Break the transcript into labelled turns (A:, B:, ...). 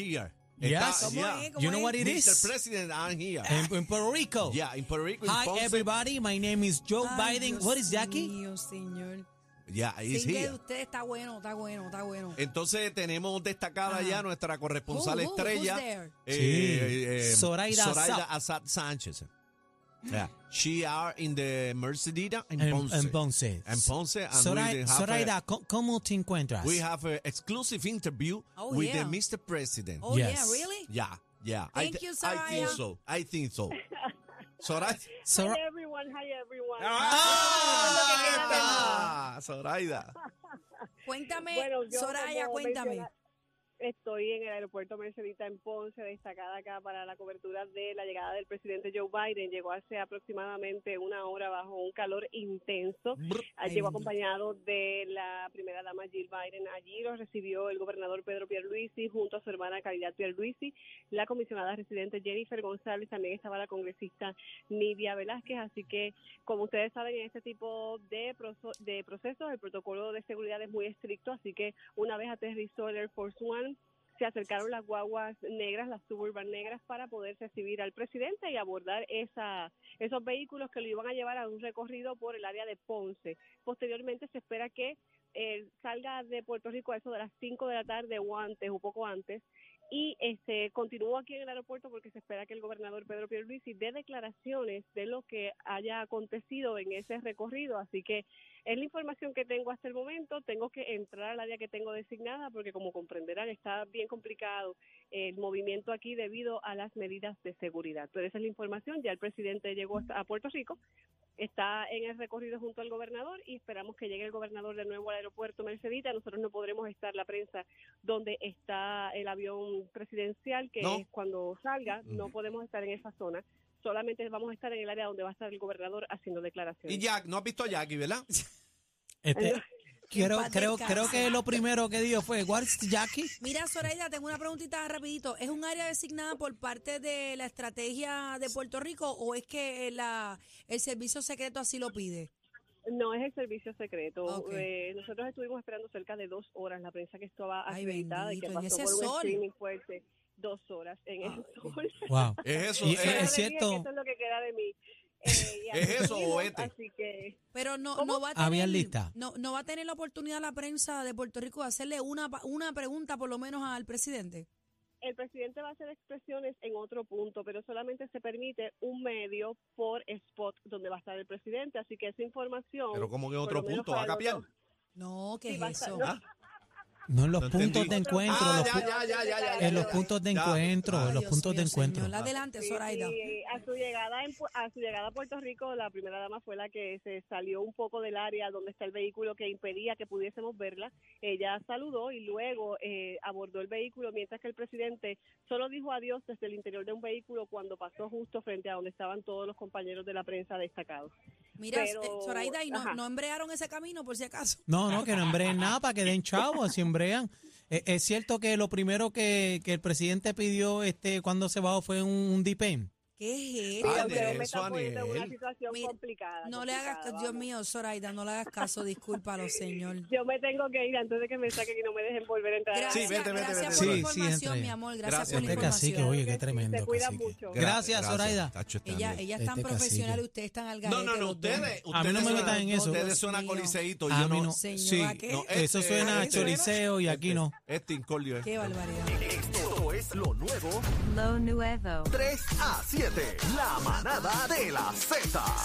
A: here.
B: Yes.
A: Está-
B: ¿Cómo
A: yeah.
B: es?
A: Mr.
B: ¿Cómo
C: You know
B: es?
C: what it is?
A: President, I'm here.
C: In, in Puerto Rico.
A: Yeah, in Puerto Rico. in
C: Hi,
A: Ponce.
C: everybody. My name is Joe
B: Ay,
C: Biden.
B: Dios
C: What is Jackie?
B: mío, señor.
A: Yeah, he's
B: Single
A: here.
B: de usted está bueno, está bueno, está bueno.
A: Entonces tenemos destacada
B: Ajá.
A: ya nuestra corresponsal
B: Ah. Who, who,
A: estrella, eh,
B: who's there?
C: Sí. Zoraida
A: Zoraida
C: Azad.
A: Azad Sánchez. Yeah. She are in the Mercedita in
C: En-
A: Ponce.
C: en Ponce.
A: In Ponce, and
C: Zorai-
A: we have
C: Zoraida, co- ¿cómo te
A: a,
C: encuentras?
A: we have an exclusive interview
B: Oh,
A: with the
B: yeah.
A: Mr. President.
B: Oh,
C: Yes.
B: yeah, really?
A: Yeah, yeah. I
B: Thank
A: thi-
B: you,
A: I think
B: Zoraida.
A: so. I think so. Zoraida.
C: Zora-
D: Hi everyone, hi everyone.
A: Ah, ahí está, Zoraida.
B: Cuéntame,
D: Bueno, yo
B: Soraya,
D: como
B: cuéntame.
D: menciona- Estoy en el aeropuerto Mercedita en Ponce, destacada acá para la cobertura de la llegada del presidente Joe Biden. Llegó hace aproximadamente una hora bajo un calor intenso.
A: Brr.
D: Ah, Llegó acompañado de la primera dama Jill Biden. Allí los recibió el gobernador Pedro Pierluisi junto a su hermana Caridad Pierluisi, la comisionada residente Jennifer González, también estaba la congresista Nidia Velázquez. Así que, como ustedes saben, en este tipo de, proso- de procesos el protocolo de seguridad es muy estricto, así que una vez aterrizó el Air Force One, se acercaron las guaguas negras, las suburban negras, para poder recibir al presidente y abordar esa, esos vehículos que lo iban a llevar a un recorrido por el área de Ponce. Posteriormente se espera que eh, salga de Puerto Rico a eso de las 5 de la tarde o antes, un poco antes, y este continúo aquí en el aeropuerto porque se espera que el gobernador Pedro Pierluisi dé declaraciones de lo que haya acontecido en ese recorrido, así que es la información que tengo hasta el momento, tengo que entrar al área que tengo designada porque como comprenderán está bien complicado el movimiento aquí debido a las medidas de seguridad, pero esa es la información, ya el presidente llegó hasta- a Puerto Rico, está en el recorrido junto al gobernador y esperamos que llegue el gobernador de nuevo al aeropuerto Mercedita. Nosotros no podremos estar la prensa donde está el avión presidencial, que
A: No.
D: es cuando salga, no
A: Ujú.
D: podemos estar en esa zona. Solamente vamos a estar en el área donde va a estar el gobernador haciendo declaraciones.
A: Y Jack, no has visto a Jackie, ¿verdad?
C: Este, quiero,
B: paz
C: creo,
B: descanse.
C: creo que lo primero que dijo fue, What's Jackie?
B: Mira, Soraya, tengo una preguntita rapidito. ¿Es un área designada por parte de la estrategia de Puerto Rico o es que la, el servicio secreto así lo pide?
D: No es el servicio secreto.
B: Ok.
D: Eh, nosotros estuvimos esperando cerca de dos horas. La prensa que estaba
B: Ay,
D: acreditada y que
B: bendito,
D: pasó
B: en ese
D: por un
B: sol.
D: screening fuerte. Dos horas en
B: Ay,
D: el sol.
C: Wow.
A: Es eso.
C: Y-
A: es-
D: Yo
C: es
D: le dije que
C: cierto.
D: Eso es lo que queda de mí. Eh, y
A: ¿Es
D: así
A: eso o
D: sigo,
A: vete?
D: Así que
B: Pero no,
D: ¿Cómo?
B: no va a
C: Había
B: tener
C: lista.
B: No, no va a tener la oportunidad la prensa de Puerto Rico de hacerle una, pa- una pregunta por lo menos al presidente.
D: el presidente va a hacer expresiones en otro punto, pero solamente se permite un medio por spot donde va a estar el presidente. Así que esa información.
A: Pero como que en
D: por
A: otro
D: lo menos
A: punto, va a
D: para
A: capiar.
D: los dos.
B: No, ¿qué
D: Sí, va a
B: es
D: estar-
B: eso?
D: no,
A: Ah,
C: No, en los
A: No entendí.
C: puntos de encuentro.
A: Ah,
C: los
A: ya,
C: pu-
A: ya, ya, ya, ya,
C: en los
A: ya, ya.
C: puntos de
A: Ya.
C: encuentro.
B: Ay,
C: en Ah, los
B: Dios
C: puntos de
B: mío,
C: encuentro.
B: señor. Adelante,
D: Sí,
B: Zoraida.
D: sí, a su llegada en Pu- a su llegada a Puerto Rico, la primera dama fue la que se salió un poco del área donde está el vehículo que impedía que pudiésemos verla. Ella saludó y luego eh, abordó el vehículo, mientras que el presidente solo dijo adiós desde el interior de un vehículo cuando pasó justo frente a donde estaban todos los compañeros de la prensa destacados.
B: Mira,
D: pero-
B: eh, Zoraida, ¿y no,
D: ajá.
B: no embrearon ese camino por si acaso?
C: No, no, que no embreen nada para que den chavo, así embrean. Eh, es cierto que lo primero que, que el presidente pidió este cuando se bajó fue un, un E dipen.
B: ¿Qué es
D: Sí,
B: esto?
A: Ay,
D: porque
A: de
D: me
A: eso,
D: está poniendo en una
A: Aniel.
D: situación
B: Mira,
D: complicada.
B: No le hagas,
D: complicada,
B: Dios
D: vamos.
B: mío, Zoraida, no le hagas caso, discúlpalo, señor.
D: Yo me tengo que ir antes de que me saquen y no me dejen volver a entrar. a la
B: Gracias,
A: Sí, vete, vete,
B: gracias
A: vete.
B: por la
C: Sí, sí,
B: información,
C: entra
B: mi
C: ya.
B: amor, gracias,
A: Gracias,
B: por la
A: este
C: cacique,
B: información.
C: oye, qué
D: Te
C: tremendo,
D: cuidas
C: cacique.
D: mucho.
C: Gracias, Zoraida.
A: Tacho, este
B: Ella,
A: Aniel.
B: ella es tan
C: Este
B: profesional
C: cacique.
B: y ustedes están al
A: No,
B: garete.
A: no, no,
B: los dos.
A: ustedes.
C: A mí no
A: ustedes
C: me
A: suenan-
C: metan en eso.
A: Ustedes
B: Dios
A: suenan a
B: mío.
A: coliseíto.
C: A
A: Yo
C: mí
A: no.
C: no.
B: Señor,
C: Sí,
B: ¿a qué?
A: no,
C: eso
A: este-
C: suena a
A: este-
C: choriceo y aquí
A: este-
C: no.
A: Este incolio es.
B: Qué barbaridad.
E: Esto es lo nuevo.
F: Lo nuevo.
E: 3 a 7. La manada de la Z.